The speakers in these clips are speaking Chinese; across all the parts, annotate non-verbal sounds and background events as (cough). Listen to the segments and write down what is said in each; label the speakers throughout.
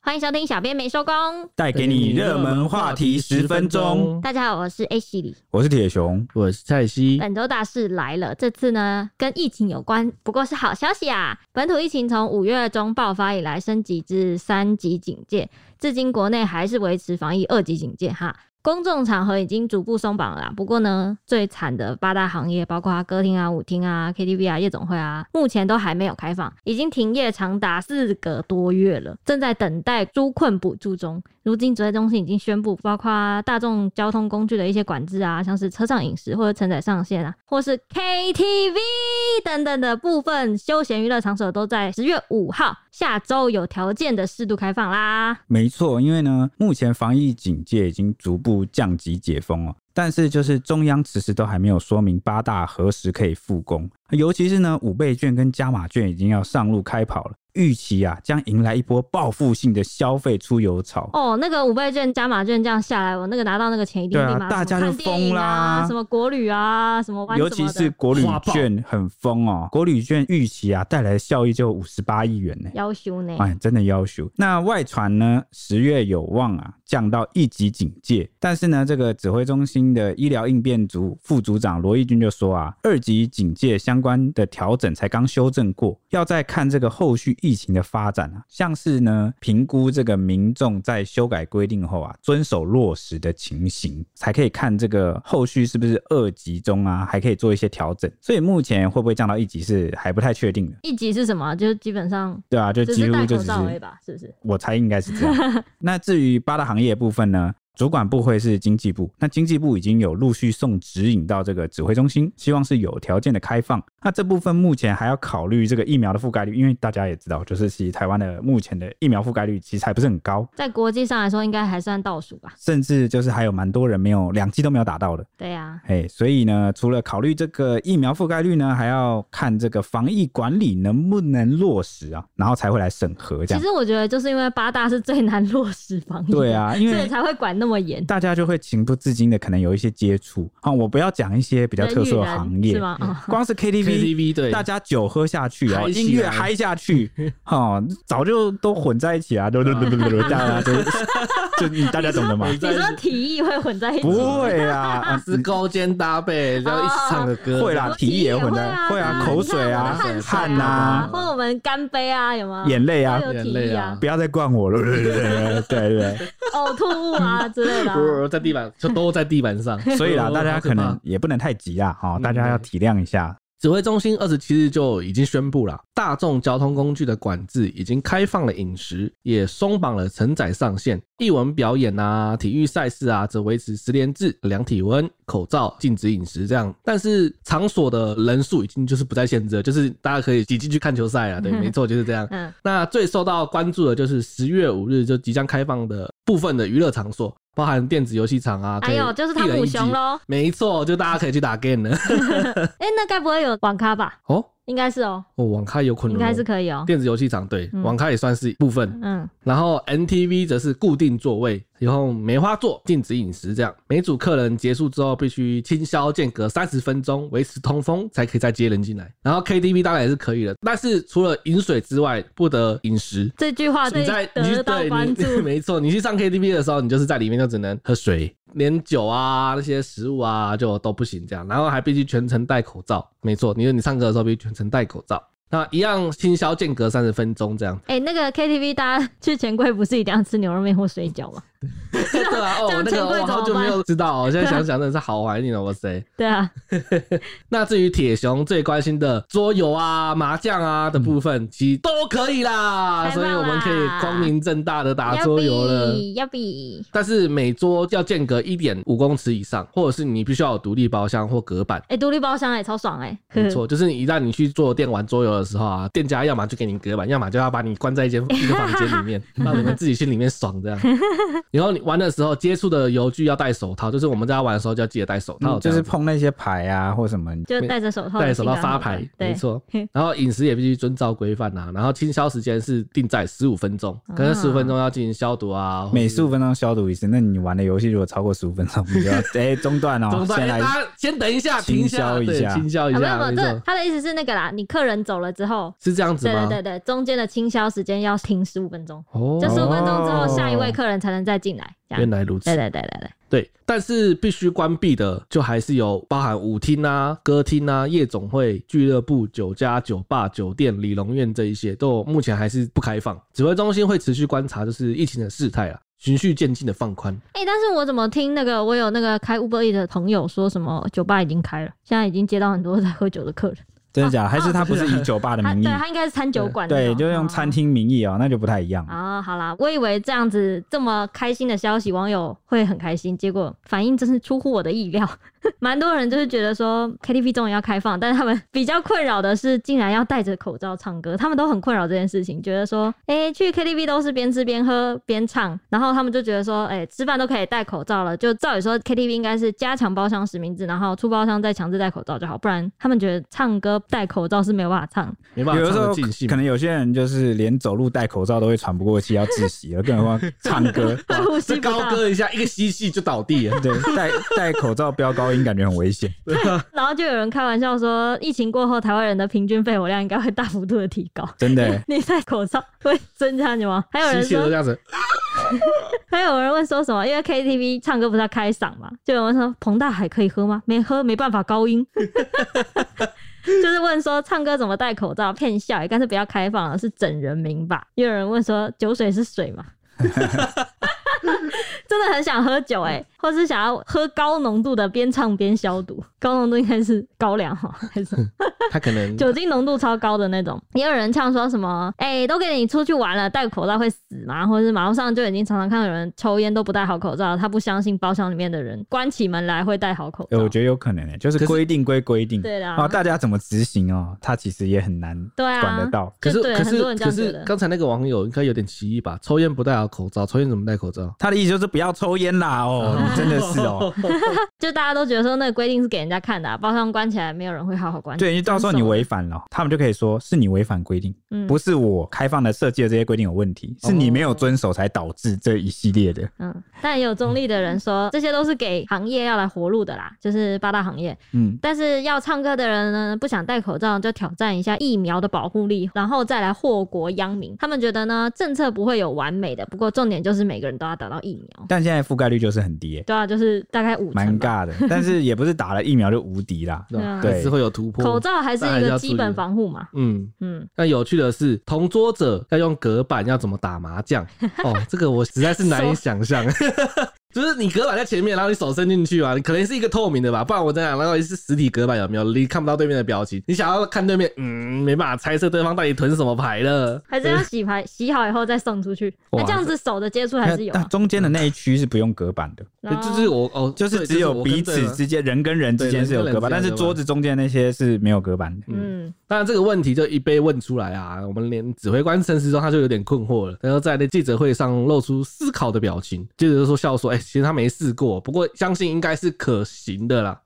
Speaker 1: 欢迎收听《小编没收工》。
Speaker 2: 带给你热门话题十分钟。
Speaker 1: 大家好，我是 H 李。
Speaker 2: 我是铁熊，
Speaker 3: 我是蔡西，
Speaker 1: 本周大事来了，这次呢跟疫情有关，不过是好消息啊！本土疫情从五月中爆发以来，升级至三级警戒，至今国内还是维持防疫二级警戒哈。公众场合已经逐步松绑了啦，不过呢，最惨的八大行业，包括歌厅啊、舞厅啊、KTV 啊、夜总会啊，目前都还没有开放，已经停业长达四个多月了，正在等待纾困补助中。如今指挥中心已经宣布，包括大众交通工具的一些管制啊，像是车上饮食或者承载上限啊，或是 KTV 等等的部分休闲娱乐场所，都在十月五号下周有条件的适度开放啦。
Speaker 2: 没错，因为呢，目前防疫警戒已经逐步降级解封了，但是就是中央迟迟都还没有说明八大何时可以复工，尤其是呢，五倍券跟加码券已经要上路开跑了，预期啊将迎来一波报复性的消费出游潮。
Speaker 1: 哦，那个五倍券、加码券这样下来，我那个拿到那个钱一定
Speaker 2: 对啊
Speaker 1: 立马、
Speaker 2: 大家就
Speaker 1: 看电影
Speaker 2: 疯
Speaker 1: 啊，
Speaker 2: 啦
Speaker 1: 什么国旅啊，什么玩什
Speaker 2: 尤
Speaker 1: 么的
Speaker 2: 其是国旅
Speaker 3: 花豹
Speaker 2: 券很疯哦，国旅券预期啊带来的效益就五十八亿元呢、
Speaker 1: 要求呢。
Speaker 2: 哎，真的要求。那外传呢，十月有望啊降到一级警戒，但是呢，这个指挥中心的医疗应变组副组长罗毅军就说啊，二级警戒相关的调整才刚修正过，要再看这个后续疫情的发展啊，像是呢评估这个民众在修改规定后啊遵守落实的情形，才可以看这个后续是不是二级中啊还可以做一些调整。所以目前会不会降到一级是还不太确定的，
Speaker 1: 一级是什么？就是基本上
Speaker 2: 对啊，就
Speaker 1: 只
Speaker 2: 几
Speaker 1: 是
Speaker 2: 乎
Speaker 1: 戴
Speaker 2: 就
Speaker 1: 口
Speaker 2: 只是
Speaker 1: 罩而已吧，是不是？
Speaker 2: 我猜应该是这
Speaker 1: (laughs)
Speaker 2: 样。那至于八大行业部分呢，主管部会是经济部，那经济部已经有陆续送指引到这个指挥中心，希望是有条件的开放。那这部分目前还要考虑这个疫苗的覆盖率，因为大家也知道，就是其实台湾的目前的疫苗覆盖率其实还不是很高，
Speaker 1: 在国际上来说，应该还算倒数吧？
Speaker 2: 甚至就是还有蛮多人没有两剂都没有打到的。
Speaker 1: 对啊呀、
Speaker 2: 哎，所以呢，除了考虑这个疫苗覆盖率呢，还要看这个防疫管理能不能落实啊，然后才会来审核这
Speaker 1: 其
Speaker 2: 样。
Speaker 1: 实我觉得，就是因为八大是最难落实防疫，
Speaker 2: 对，啊，因为
Speaker 1: 所以才会管那么严。
Speaker 2: 大家就会情不自禁的可能有一些接触啊。我不要讲一些比较特殊的行
Speaker 1: 人与人
Speaker 2: 业嗯
Speaker 1: 是，吗？啊、
Speaker 2: 光是 KTV。
Speaker 3: KTV 对
Speaker 2: 大家酒喝下去啊、
Speaker 3: 嗨起来
Speaker 2: 音乐嗨下 (laughs) 去，哦，早就都混在一起 (laughs) 啊，对对对对对，大家就 (laughs) 就你大家懂的嘛，
Speaker 3: 你
Speaker 1: 你说提议会混在一起？
Speaker 2: 不会啊，
Speaker 1: (laughs)
Speaker 2: 啊
Speaker 3: 是勾肩搭背，然后一起唱个歌，
Speaker 2: 会
Speaker 1: 我
Speaker 2: 啦，
Speaker 1: 们
Speaker 2: 提议也混在，
Speaker 1: 啊
Speaker 2: 会
Speaker 1: 你
Speaker 2: 啊，
Speaker 1: 看
Speaker 2: 口水啊
Speaker 1: 我们的、汗
Speaker 2: 汗
Speaker 1: 水啊
Speaker 2: 啊、
Speaker 1: 或者我们干杯啊，有吗？
Speaker 2: 眼泪啊
Speaker 1: 都，有提
Speaker 3: 眼
Speaker 1: 议
Speaker 3: 泪
Speaker 1: 啊
Speaker 3: 啊，
Speaker 2: 不要再灌我了，对对对对对对。
Speaker 1: 呕吐物啊之类的啊、
Speaker 3: (laughs) 不在地板就都在地板上，
Speaker 2: (laughs) 所以啦，
Speaker 3: 哦
Speaker 2: 大家
Speaker 3: (laughs) 好
Speaker 2: 可
Speaker 3: 怕
Speaker 2: 能也不能太急啊，哈，
Speaker 3: 嗯
Speaker 2: 大家要
Speaker 3: 对
Speaker 2: 体谅一下，
Speaker 3: 指挥中心二十七日就已经宣布了，大众交通工具的管制已经开放了饮食，也松绑了承载上限。艺文表演啊、体育赛事啊，则维持十连制、量体温、口罩、禁止饮食这样。但是场所的人数已经就是不再限制了，就是大家可以挤进去看球赛
Speaker 1: (laughs)
Speaker 3: 啊。对，没错，就是这样。
Speaker 1: 嗯，
Speaker 3: 那最受到关注的就是十月五日就即将开放的部分的娱乐场所，包含电子游戏场啊，
Speaker 1: 哎呦，就是
Speaker 3: 他
Speaker 1: 汤姆熊。喽。
Speaker 3: 没错，就大家可以去打 game 了。
Speaker 1: 哎、那该不会有网咖吧？
Speaker 3: (laughs) 哦，
Speaker 1: 应该是哦，
Speaker 3: 哦，网咖有可能
Speaker 1: 应
Speaker 3: 哦
Speaker 1: 该是可以哦。
Speaker 3: 电子游戏场，对，
Speaker 1: 嗯
Speaker 3: 网咖也算是一部分。
Speaker 1: 嗯，
Speaker 3: 然后 NTV 则是固定座位，然后梅花座禁止饮食，这样每组客人结束之后必须清消间隔三十分钟，维持通风才可以再接人进来。然后 KTV 当然也是可以的，但是除了饮水之外，不得饮食。
Speaker 1: 这句话
Speaker 3: 你
Speaker 1: 最
Speaker 3: 在
Speaker 1: 啊
Speaker 3: 你
Speaker 1: 得
Speaker 3: 去
Speaker 1: 到
Speaker 3: 对
Speaker 1: 关注。
Speaker 3: 你 (laughs) 没错，你去上 KTV 的时候，你就是在里面就只能喝水，连酒啊那些食物啊就都不行这样，然后还必须全程戴口罩。没错，你说你唱歌的时候必须全程戴口罩，那一样清消间隔三十分钟这样。
Speaker 1: (laughs) 哎、那个 KTV 大家去钱柜不是一定要吃牛肉面或水饺
Speaker 3: (laughs)
Speaker 1: 吗？
Speaker 3: 对啊，
Speaker 1: 这
Speaker 3: 哦，
Speaker 1: 样
Speaker 3: 那
Speaker 1: 钱
Speaker 3: 个
Speaker 1: 柜怎么
Speaker 3: 我好久没
Speaker 1: 办
Speaker 3: 有知道哦，我现在想想真的是好怀念哦，哇塞！
Speaker 1: 对啊，
Speaker 3: 那至于铁熊最关心的桌游啊、麻将啊的部分，其实都可以啦，
Speaker 1: 太棒
Speaker 3: 所以我们可以
Speaker 1: 啦
Speaker 3: 光明正大的打
Speaker 1: 要
Speaker 3: 桌游了。
Speaker 1: 比要比。
Speaker 3: 但是每桌要间隔一点五公尺以上，或者是你必须要有独立包厢或隔板。
Speaker 1: 哎、独立包厢哎、超爽哎、呵
Speaker 3: 没
Speaker 1: 呵
Speaker 3: 错，就是你一旦你去桌游店玩桌游的时候啊，店家
Speaker 1: (laughs)
Speaker 3: 要 (laughs) 么就给你隔板，要么就要把你关在一间一个房间里面，让你们自己去里面爽这样。然后你玩的时候接触的游具要戴手套，就是我们在家玩的时候就要记得戴手套，
Speaker 2: 嗯就
Speaker 3: 这
Speaker 2: 是
Speaker 3: 样子
Speaker 2: 碰那些牌啊或什么，
Speaker 1: (laughs) 就戴着手套，
Speaker 3: 戴手套发牌，没
Speaker 1: 对， (laughs)
Speaker 3: 错。然后饮食也必须遵照规范啊，然后清消时间是定在十五分钟，
Speaker 1: 啊
Speaker 3: 可能十五分钟要进行消毒啊，或者
Speaker 2: 每
Speaker 3: 是
Speaker 2: 十五分钟消毒一次。那你玩的游戏如果超过十五分钟，你就要哎中断哦，
Speaker 3: 中断，
Speaker 2: 先
Speaker 3: 哎
Speaker 2: 来
Speaker 3: 大家先等一下，
Speaker 2: 清
Speaker 3: 停下，
Speaker 2: 消一
Speaker 3: 对
Speaker 2: 下
Speaker 3: 清消一
Speaker 1: 啊，没
Speaker 3: 下，
Speaker 1: 有没有，
Speaker 3: 没
Speaker 1: 这
Speaker 3: 错，
Speaker 1: 他的意思是那个啦，你客人走了之后，
Speaker 3: 是这样子
Speaker 1: 对
Speaker 3: 吗？
Speaker 1: 对对对，中间的清消时间要停十五分钟，
Speaker 3: 哦，
Speaker 1: 就十五分钟之后，
Speaker 2: 哦
Speaker 1: 下一位客人才能再进来，这
Speaker 3: 原
Speaker 1: 样。
Speaker 3: 来如此
Speaker 1: 对，对对对对，
Speaker 3: 对，但是必须关闭的就还是有包含舞厅啊、歌厅啊、夜总会、俱乐部、酒家、酒吧、酒店、理容院这一些，都目前还是不开放。指挥中心会持续观察，就是疫情的事态啊，循序渐进的
Speaker 1: (laughs)
Speaker 3: 放宽。
Speaker 1: 哎、但是我怎么听那个我有那个开 Uber E 的朋友说什么酒吧已经开了，现在已经接到很多在喝酒的客人，
Speaker 2: 真的假的？还是他不是以酒吧的
Speaker 1: 他
Speaker 2: 名义
Speaker 1: 啊对？他应该是餐酒馆那
Speaker 2: 对，
Speaker 1: 种，
Speaker 2: 就用
Speaker 1: 哦
Speaker 2: 餐。厅名义哦，那就不太一样。
Speaker 1: 啊、好啦，我以为这样子这么开心的消息，网友会很开心，结果反应真是出乎我的意料。 (laughs) 蛮多人就是觉得说 KTV 终于要开放，但他们 (laughs) 比较困扰的是，竟然要戴着口罩唱歌，他们都很困扰这件事情，觉得说，哎、去 KTV 都是边吃边喝边唱，然后他们就觉得说，哎、吃饭都可以戴口罩了，就照理说 KTV 应该是加强包厢实名制，然后出包厢再强制戴口罩就好，不然他们觉得唱歌戴口罩是没有办法唱
Speaker 3: 没办
Speaker 2: 有
Speaker 3: 法，
Speaker 2: 的时候
Speaker 3: 尽兴
Speaker 2: 可。能有些人就是连走路戴口罩都会喘不过气，要窒息了，更何况唱歌。
Speaker 1: 会 (laughs) 呼吸
Speaker 3: 这
Speaker 1: 不到
Speaker 3: 高歌一下，一个吸气就倒
Speaker 1: (laughs)
Speaker 3: 地了。
Speaker 2: 对，戴戴口罩飙高音感觉很危险。
Speaker 1: 然后就有人开玩笑说，疫情过后，台湾人的平均肺活量应该会大幅度的提高。，
Speaker 2: 真的
Speaker 1: (laughs) 你戴口罩会增加什么？
Speaker 3: (laughs)
Speaker 1: 还有人
Speaker 3: 吸气都这
Speaker 1: 说，
Speaker 3: 样子，
Speaker 1: 还有人问说什么？因为 KTV 唱歌不是要开嗓嘛？就有人说彭大海可以喝吗？没喝没办法高音。 (laughs) 就是问说唱歌怎么戴口罩骗笑，也干脆不要开放了，是整人名吧？又有人问说酒水是水吗？ (laughs) 真的很想喝酒哎、或是想要喝高浓度的，边唱边消毒。高浓度应该是高粱哈，还是什么
Speaker 3: 他可
Speaker 1: (laughs)
Speaker 2: 嗯
Speaker 3: 能
Speaker 1: 酒精浓度超高的那种。也有人呛说什么：“哎、都给你出去玩了，戴口罩会死吗？”或者是马路上就已经常常看到有人抽烟都不戴好口罩，他不相信包厢里面的人关起门来会戴好口
Speaker 2: 哎
Speaker 1: 罩。
Speaker 2: 我觉得有可能呢，就
Speaker 3: 可
Speaker 2: 是
Speaker 3: 是
Speaker 2: 规定归规定，
Speaker 1: 对啦
Speaker 2: 啊，大家怎么执行哦，他其实也很难
Speaker 1: 对啊
Speaker 2: 管得到。
Speaker 3: 可是
Speaker 1: 就对
Speaker 3: 可
Speaker 1: 很
Speaker 3: 是
Speaker 1: 多人这
Speaker 3: 可
Speaker 1: 样觉
Speaker 3: 是
Speaker 1: 得。
Speaker 3: 刚才那个网友应该有点歧义吧？抽烟不戴好口罩，抽烟怎么戴口罩？，
Speaker 2: 他的意思就是不要抽烟啦，哦，你真的是哦，
Speaker 1: 就大家都觉得说那个规定是给人家看的、啊，包厢关起来没有人会好好关。
Speaker 2: 对，因为到时候你违反了，他们就可以说是你违反规定，
Speaker 1: 嗯
Speaker 2: 不是我开放的设计的这些规定有问题，是你没有遵守才导致这一系列的。
Speaker 1: 嗯，但也有中立的人说，这些都是给行业要来活路的啦，就是八大行业。
Speaker 2: 嗯，
Speaker 1: 但是要唱歌的人呢，不想戴口罩，就挑战一下疫苗的保护力，然后再来祸国殃民。他们觉得呢，政策不会有完美的，不过重点就是每个人都要打到疫苗。
Speaker 2: 但现在覆盖率就是很低耶，
Speaker 1: 对啊，就是大概五
Speaker 2: 蛮
Speaker 1: 成吧。
Speaker 2: 尬的，
Speaker 1: (laughs)
Speaker 2: 但是也不是打了疫苗就无敌啦。
Speaker 1: 对啊
Speaker 3: 还是会有突破。
Speaker 1: 口罩还是一个基本防护嘛。
Speaker 3: 嗯，
Speaker 1: 嗯，
Speaker 3: 那有趣的是，同桌者要用隔板，要怎么打麻
Speaker 1: (laughs)
Speaker 3: 将？哦，这个我实在是难以想象。 (laughs) 就是你隔板在前面，然后你手伸进去啊，你可能是一个透明的吧，不然我真的想，然后是实体隔板有没有？你看不到对面的表情，你想要看对面，嗯，没办法猜测对方到底囤什么牌了。
Speaker 1: 还啊是要洗牌，洗好以后再送出 (laughs) 去。那
Speaker 3: 哇
Speaker 1: 这样子手的接触 (laughs) 还是有、
Speaker 2: 那
Speaker 1: 啊。嗯
Speaker 2: 中间的那一区是不用隔板的，
Speaker 1: 然后
Speaker 3: 就是我哦，
Speaker 2: 就是
Speaker 3: 对
Speaker 2: 只有
Speaker 3: 我跟
Speaker 2: 彼
Speaker 3: 对
Speaker 2: 此
Speaker 3: 方
Speaker 2: 之间人跟人之间是有隔板，
Speaker 3: 对人跟人之间
Speaker 2: 但是
Speaker 3: 有隔板
Speaker 2: 桌子中间那些是没有隔板的。
Speaker 1: 嗯，
Speaker 3: 当然，这个问题就一被问出来啊，我们连指挥官陈时中他就有点困惑了，然后在那记者会上露出思考的表情，接着就说笑说：“哎、其实他没试过，不过相信应该是可行的啦。”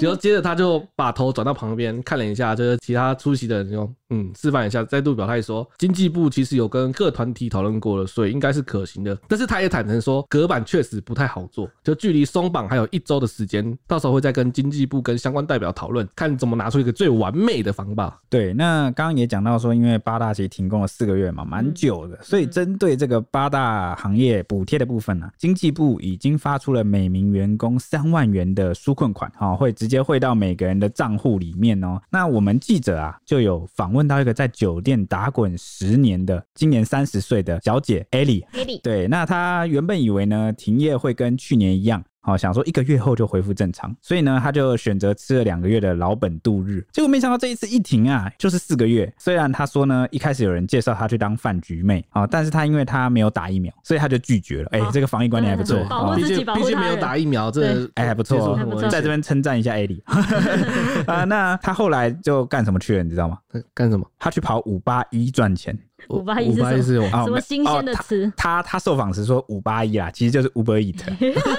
Speaker 3: 然后接着他就把头转到旁边看了一下，就是其他出席的人就嗯示范一下，再度表态说，经济部其实有跟各团体讨论过了，所以应该是可行的。但是他也坦诚说，隔板确实不太好做，就距离松绑还有一周的时间，到时候会再跟经济部跟相关代表讨论，看怎么拿出一个最完美的方法。
Speaker 2: 对，那刚刚也讲到说，因为八大其实停工了四个月嘛，蛮久的，所以针对这个八大行业补贴的部分呢、经济部已经发出了每名员工三万元的纾困款，哈、会直接汇到每个人的账户里面哦。那我们记者啊，就有访问到一个在酒店打滚十年的，今年三十岁的小姐 Ellie，
Speaker 1: 给你。
Speaker 2: 对，那他原本以为呢，停业会跟去年一样。好，想说一个月后就恢复正常，所以呢，他就选择吃了两个月的老本度日。结果没想到这一次一停啊，就是四个月。虽然他说呢，一开始有人介绍他去当饭局妹啊、哦但是他因为他没有打疫苗，所以他就拒绝了。哎、
Speaker 1: 哦
Speaker 2: 这个防疫观念还不错
Speaker 1: 对。保护
Speaker 2: 哦
Speaker 1: 自
Speaker 3: 毕
Speaker 1: 己
Speaker 3: 竟
Speaker 1: 保护
Speaker 3: 毕竟
Speaker 1: 他
Speaker 3: 没有
Speaker 1: 人
Speaker 3: 打疫苗，这
Speaker 1: 对
Speaker 2: 哎，还不错、
Speaker 1: 还
Speaker 2: 哦
Speaker 1: 不错，
Speaker 2: 在这边称赞一下艾莉 (laughs) 啊。那他后来就干什么去了，你知道吗？
Speaker 3: 边干什么？
Speaker 2: 他去跑五八一赚钱。
Speaker 1: 五八一是
Speaker 3: 八一
Speaker 1: 什
Speaker 3: 是我
Speaker 1: 么？
Speaker 2: 啊
Speaker 1: 什
Speaker 2: 没
Speaker 1: 么新鲜的
Speaker 2: 哦
Speaker 1: 词？
Speaker 2: 他他受访时说五八一啦，其实就是 Uber Eat，Uber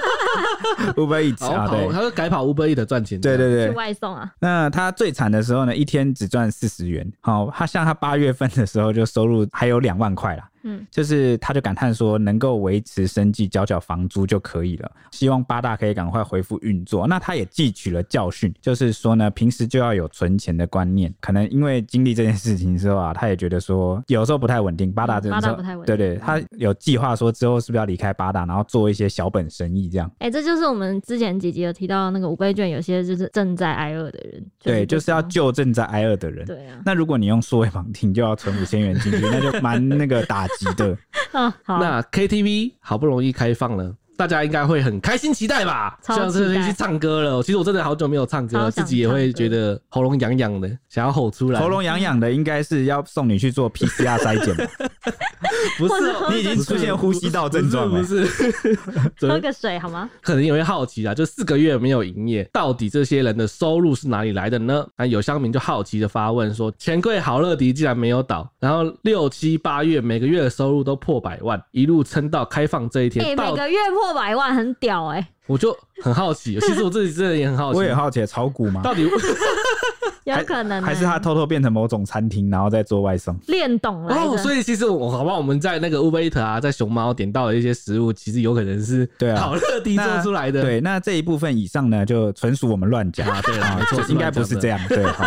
Speaker 2: Eat
Speaker 3: 跑
Speaker 2: 啊，
Speaker 3: 跑，
Speaker 2: 对
Speaker 3: 他说改跑 Uber E 的赚钱，
Speaker 2: 对对
Speaker 1: 去
Speaker 2: 对。
Speaker 1: 外送啊？
Speaker 2: 那他最惨的时候呢，一天只赚四十元。好、他像他八月份的时候就收入还有两万块啦。
Speaker 1: 嗯，
Speaker 2: 就是他就感叹说，能够维持生计，缴缴房租就可以了。希望八大可以赶快恢复运作。那他也汲取了教训，就是说呢，平时就要有存钱的观念。可能因为经历这件事情之后啊，他也觉得说，有时候不太稳定。八大这
Speaker 1: 嗯八大不太稳定
Speaker 2: 对对，他有计划说之后是不是要离开八大，然后做一些小本生意这样。
Speaker 1: 哎、这就是我们之前几集有提到那个五倍券，有些就是正在挨饿的人，
Speaker 2: 对，就是要
Speaker 1: 不
Speaker 2: 救正在挨饿的人。
Speaker 1: 想对啊，
Speaker 2: 那如果你用数位绑定，就要存五千元进去，那就蛮那个打击的。
Speaker 1: 啊好，
Speaker 3: 那 KTV 好不容易开放了。大家应该会很开心期待吧？
Speaker 1: 超
Speaker 3: 像是
Speaker 1: 期待
Speaker 3: 去唱歌了，其实我真的好久没有唱歌
Speaker 1: 超
Speaker 3: 了，
Speaker 1: 想
Speaker 3: 自己也
Speaker 1: 唱
Speaker 3: 会
Speaker 1: 歌
Speaker 3: 觉得喉咙痒痒的，想要吼出来。
Speaker 2: 喉咙痒痒的，应该是要送你去做 PCR 筛检
Speaker 1: (laughs)
Speaker 2: 吧。
Speaker 3: 不是哦，
Speaker 2: 你已经出现呼吸道症状了啊
Speaker 3: 不是？不是怎
Speaker 1: 喝
Speaker 3: 么
Speaker 1: 个水 (laughs) 好吗？
Speaker 3: 可能也会好奇啊，就四个月没有营业，到底这些人的收入是哪里来的呢？那有乡民就好奇的发问说：钱柜好乐迪竟然没有倒，然后六七八月每个月的收入都破百万，一路撑到开放这一
Speaker 1: 哎、
Speaker 3: 天，
Speaker 1: 每
Speaker 3: 到
Speaker 1: 个月破百万，很屌哎、
Speaker 3: 我就很好奇，其实我自己真的也很好奇，
Speaker 2: 我也好奇，炒股吗？
Speaker 1: (laughs)
Speaker 3: 到底
Speaker 1: 有可能、欸、
Speaker 2: 还是他偷偷变成某种餐厅，然后再做外送？
Speaker 1: 练懂来着？
Speaker 3: 哦，所以其实我好不好？我们在那个 Uber Eat 啊，在熊猫点到的一些食物，其实有可能是
Speaker 2: 对啊
Speaker 3: 好乐迪
Speaker 2: 那
Speaker 3: 做出来的。
Speaker 2: 对，那这一部分以上呢，就纯属我们乱讲啊。对
Speaker 3: 啦
Speaker 2: (laughs)
Speaker 3: (laughs) 没错
Speaker 2: 应该不是这样。对，好，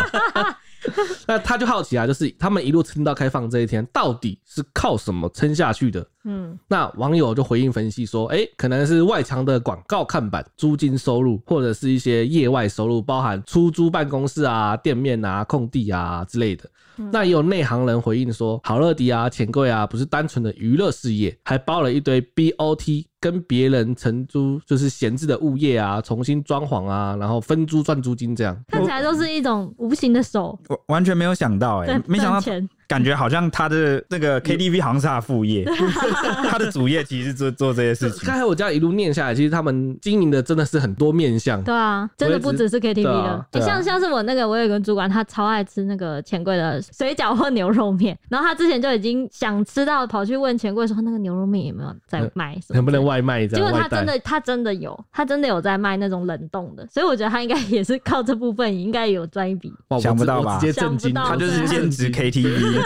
Speaker 3: 那他就好奇啊，就是他们一路撑到开放这一天，到底是靠什么撑下去的？
Speaker 1: 嗯，
Speaker 3: 那网友就回应分析说，哎、可能是外墙的广告看板、租金收入，或者是一些业外收入，包含出租办公室啊、店面啊、空地啊之类的。那也有内行人回应说，好乐迪啊、钱柜啊，不是单纯的娱乐事业，还包了一堆 BOT 跟别人承租，就是闲置的物业啊，重新装潢啊，然后分租赚租金这样。
Speaker 1: 看起来都是一种无形的手
Speaker 2: 我完全没有想到，
Speaker 1: 在
Speaker 2: 哎，没想
Speaker 1: 赚
Speaker 2: 到，
Speaker 1: 钱。
Speaker 2: 感觉好像他的那个 KTV 好像是他的副业， (laughs) 他的主业其实是做做这些事情
Speaker 3: 刚。才我这样一路念下来，其实他们经营的真的是很多面向。
Speaker 1: 对啊，真的不只是 KTV
Speaker 3: 对
Speaker 1: 了
Speaker 3: 啊。
Speaker 1: 哎、
Speaker 2: 对啊
Speaker 1: 像像是我那个，我有一个主管，他超爱吃那个钱柜的水饺或牛肉面，然后他之前就已经想吃到，跑去问钱柜说那个牛肉面有没有在卖什么，
Speaker 3: 能不能？外卖这
Speaker 1: 结
Speaker 3: 样？
Speaker 1: 果他
Speaker 3: 外带
Speaker 1: 真的，他真的有，他真的有在卖那种冷冻的，所以我觉得他应该也是靠这部分应该有赚一笔。
Speaker 3: 哇我
Speaker 2: 想不
Speaker 3: 直
Speaker 2: 到
Speaker 3: 我
Speaker 2: 吧
Speaker 3: 直接震
Speaker 1: 想
Speaker 3: 惊，
Speaker 1: 不到
Speaker 2: 他就是兼职
Speaker 1: (laughs)
Speaker 2: KTV，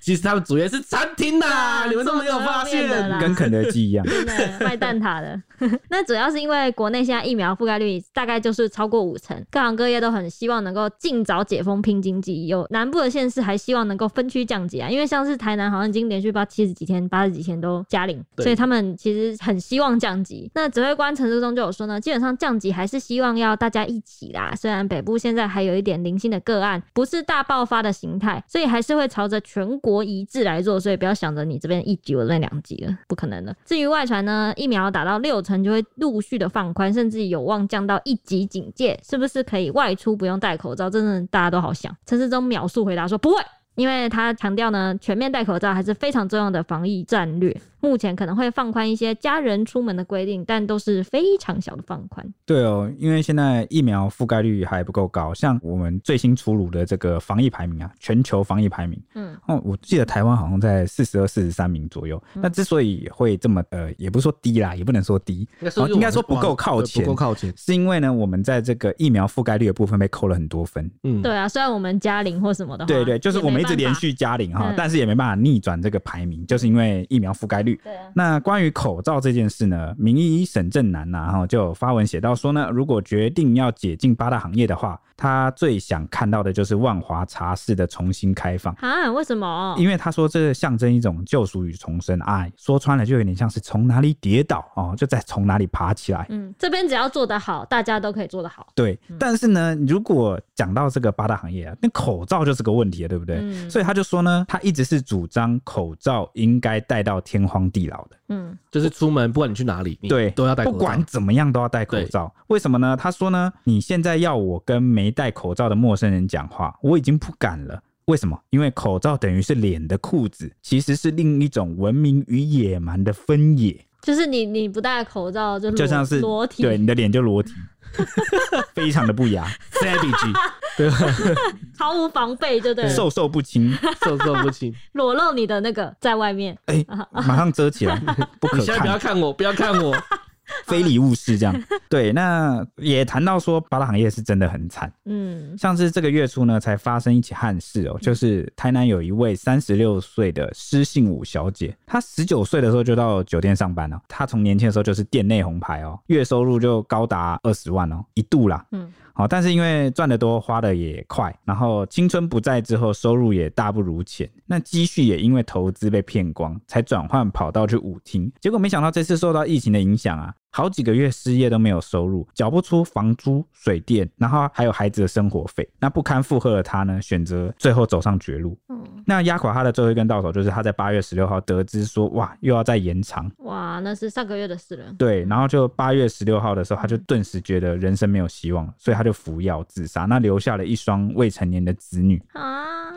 Speaker 3: 其实他们主业是餐厅呐、
Speaker 1: 啊
Speaker 3: 你们都没有发
Speaker 1: 做牛肉面的
Speaker 3: 现
Speaker 1: 啦。
Speaker 2: 跟肯德基一样。
Speaker 1: 真的卖蛋挞的。 (laughs) 那主要是因为国内现在疫苗覆盖率大概就是超过五成，各行各业都很希望能够尽早解封拼经济。有南部的县市还希望能够分区降级啊，因为像是台南好像已经连续八七十几天、八十几天都加零，
Speaker 3: 对
Speaker 1: 所以他们其实很希望降级。那指挥官陈志忠就有说呢，基本上降级还是希望要大家一起啦。虽然北部现在还有一点零星的个案，不是大爆发的形态，所以还是会朝着全国一致来做。所以不要想着你这边一级，我那边两级了，不可能的。至于外传呢，疫苗打到六成就会陆续的放宽，甚至有望降到一级警戒，是不是可以外出不用戴口罩？真的大家都好想。陈世忠秒速回答说不会。因为他强调呢，全面戴口罩还是非常重要的防疫战略。目前可能会放宽一些家人出门的规定，但都是非常小的放宽。
Speaker 2: 对哦，因为现在疫苗覆盖率还不够高，像我们最新出炉的这个防疫排名啊，全球防疫排名，
Speaker 1: 嗯，
Speaker 2: 哦，我记得台湾好像在四十二、四十三名左右。
Speaker 1: 嗯
Speaker 2: 那之所以会这么呃，也不是说低啦，也不能说低，哦应该说不够靠前，
Speaker 3: 不够靠前。
Speaker 2: 是因为呢，我们在这个疫苗覆盖率的部分被扣了很多分。
Speaker 3: 嗯，
Speaker 1: 对啊，虽然我们加零或什么的话，
Speaker 2: 对对，就是
Speaker 1: 啊也
Speaker 2: 我们
Speaker 1: 没
Speaker 2: 一直
Speaker 1: 办
Speaker 2: 连
Speaker 1: 法。
Speaker 2: 续加零哈
Speaker 1: 嗯，
Speaker 2: 但是也没办法逆转这个排名，就是因为疫苗覆盖率。
Speaker 1: 对啊，
Speaker 2: 那关于口罩这件事呢，名医沈正南呐、哈就有发文写到说呢，如果决定要解禁八大行业的话，他最想看到的就是万华茶室的重新开放。
Speaker 1: 啊，为什么？
Speaker 2: 因为他说这象征一种救赎与重生啊，说穿了就有点像是从哪里跌倒哦，就再从哪里爬起来。
Speaker 1: 嗯，这边只要做得好，大家都可以做得好。
Speaker 2: 对，但是呢，如果讲到这个八大行业啊，那口罩就是个问题了，对不对？
Speaker 1: 嗯
Speaker 2: 所以他就说呢，他一直是主张口罩应该戴到天荒地老的。
Speaker 1: 嗯，
Speaker 3: 就是出门不管你去哪里，你
Speaker 2: 对，
Speaker 3: 都要戴口罩。
Speaker 2: 不管怎么样都要戴口罩。为什么呢？他说呢，你现在要我跟没戴口罩的陌生人讲话，我已经不敢了。为什么？因为口罩等于是脸的裤子，其实是另一种文明与野蛮的分野，
Speaker 1: 就是你你不戴口罩
Speaker 3: 嗯
Speaker 1: 就裸
Speaker 2: 就像是
Speaker 1: 裸体，
Speaker 3: (laughs)
Speaker 2: 对你的脸就裸体，非常的不雅。
Speaker 3: savage，对吧？
Speaker 1: 毫无防备，就对了，
Speaker 2: 瘦瘦不轻，
Speaker 3: 受受不亲。
Speaker 1: 裸露你的那个在外面，
Speaker 2: 哎、马上遮起来，不
Speaker 3: (laughs)
Speaker 2: 可
Speaker 3: 你现在不要
Speaker 2: 看，
Speaker 3: 看我，不要看我。
Speaker 2: 非礼勿视这样。对，那也谈到说，八大行业是真的很惨。
Speaker 1: 嗯
Speaker 2: 像是这个月初呢，才发生一起憾事哦，就是台南有一位三十六岁的施姓武小姐，她十九岁的时候就到酒店上班了，她从年轻的时候就是店内红牌哦，月收入就高达二十万哦，一度啦。
Speaker 1: 嗯，
Speaker 2: 好，但是因为赚得多，花的也快，然后青春不在之后，收入也大不如前，那积蓄也因为投资被骗光，才转换跑道去舞厅。结果没想到这次受到疫情的影响啊，好几个月失业都没有收入，缴不出房租、水电，然后还有孩子的生活费，那不堪负荷的他呢，选择最后走上绝路。
Speaker 1: 嗯，
Speaker 2: 那压垮他的最后一根稻草，就是他在八月十六号得知说，哇，又要再延长。
Speaker 1: 哇，那是上个月的事了。
Speaker 2: 对，然后就八月十六号的时候，他就顿时觉得人生没有希望了，所以他就服药自杀，那留下了一双未成年的子女。
Speaker 1: 啊，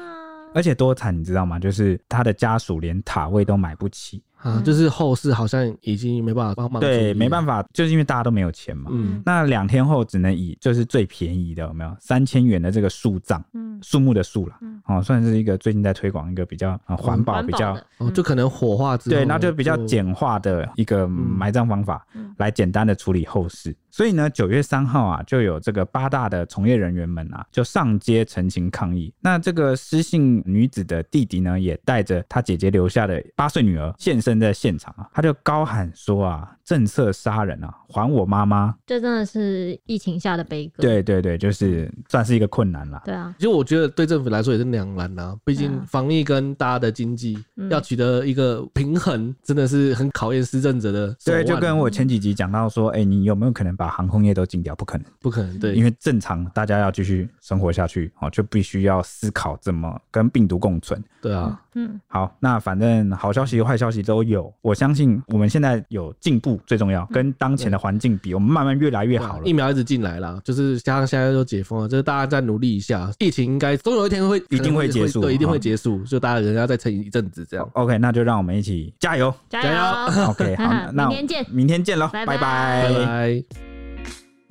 Speaker 2: 而且多惨，你知道吗？就是他的家属连塔位都买不起，
Speaker 3: (laughs) 啊，就是后世好像已经没办法帮忙，
Speaker 2: 对，没办
Speaker 3: 法，
Speaker 2: 法，就是因为大家都没有钱嘛。
Speaker 3: 嗯，
Speaker 2: 那两天后只能以就是最便宜的有没有三千元的这个树葬，
Speaker 1: 嗯，
Speaker 2: 树木的树啦
Speaker 1: 嗯，
Speaker 2: 哦，算是一个最近在推广一个比较呃环保
Speaker 1: 环
Speaker 2: 比
Speaker 1: 保
Speaker 2: 较
Speaker 1: 的
Speaker 3: 哦，就可能火化之后，
Speaker 2: 对，那就比较，简化的一个埋葬方法，
Speaker 1: 嗯
Speaker 2: 来简单的处理后事。所以呢，九月三号啊，就有这个八大的从业人员们啊，就上街陈情抗议。那这个失信女子的弟弟呢，也带着他姐姐留下的八岁女儿现身在现场啊，他就高喊说啊，政策杀人啊，还我妈妈！
Speaker 1: 这真的是疫情下的悲歌。
Speaker 2: 对对对，就是算是一个困难啦。
Speaker 1: 对啊，
Speaker 3: 其实我觉得对政府来说也是两难呐，毕
Speaker 1: 对
Speaker 3: 竟
Speaker 1: 啊
Speaker 3: 防疫跟大家的经济
Speaker 1: 嗯
Speaker 3: 要取得一个平衡，真的是很考验施政者的手
Speaker 2: 对，
Speaker 3: 腕，
Speaker 2: 就跟我前几集讲到说，哎、你有没有可能把航空业都禁掉？不可能。
Speaker 3: 不可能
Speaker 2: 因
Speaker 3: 对，
Speaker 2: 为正常大家要继续生活下去，哦，就必须要思考怎么跟病毒共存。
Speaker 3: 对啊，
Speaker 1: 嗯，
Speaker 2: 好，那反正好消息、坏消息都有，我相信我们现在有进步最重要，跟当前的环境比，我们慢慢越来越好了
Speaker 3: 疫，苗一直进来啦，就是加上现在都解封了，就是大家再努力一下，疫情应该总有一天会
Speaker 2: 一定会结束嗯
Speaker 3: 对，一定
Speaker 2: 哈
Speaker 3: 会结束，就大家人家再撑一阵子这样。
Speaker 2: OK，那就让我们一起加 (laughs) 油。
Speaker 1: 加
Speaker 3: 加
Speaker 1: 油！
Speaker 2: OK，好，
Speaker 1: (laughs)
Speaker 2: 那那
Speaker 1: 明天见
Speaker 2: 明天见喽，
Speaker 1: 拜拜
Speaker 2: 拜
Speaker 3: 拜
Speaker 2: 拜
Speaker 3: 拜。